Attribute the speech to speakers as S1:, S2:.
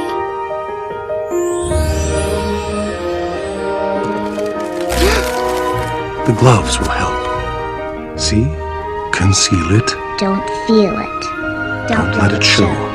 S1: bye.
S2: The gloves will help. See? Conceal it.
S1: Don't feel it.
S2: Don't let it show.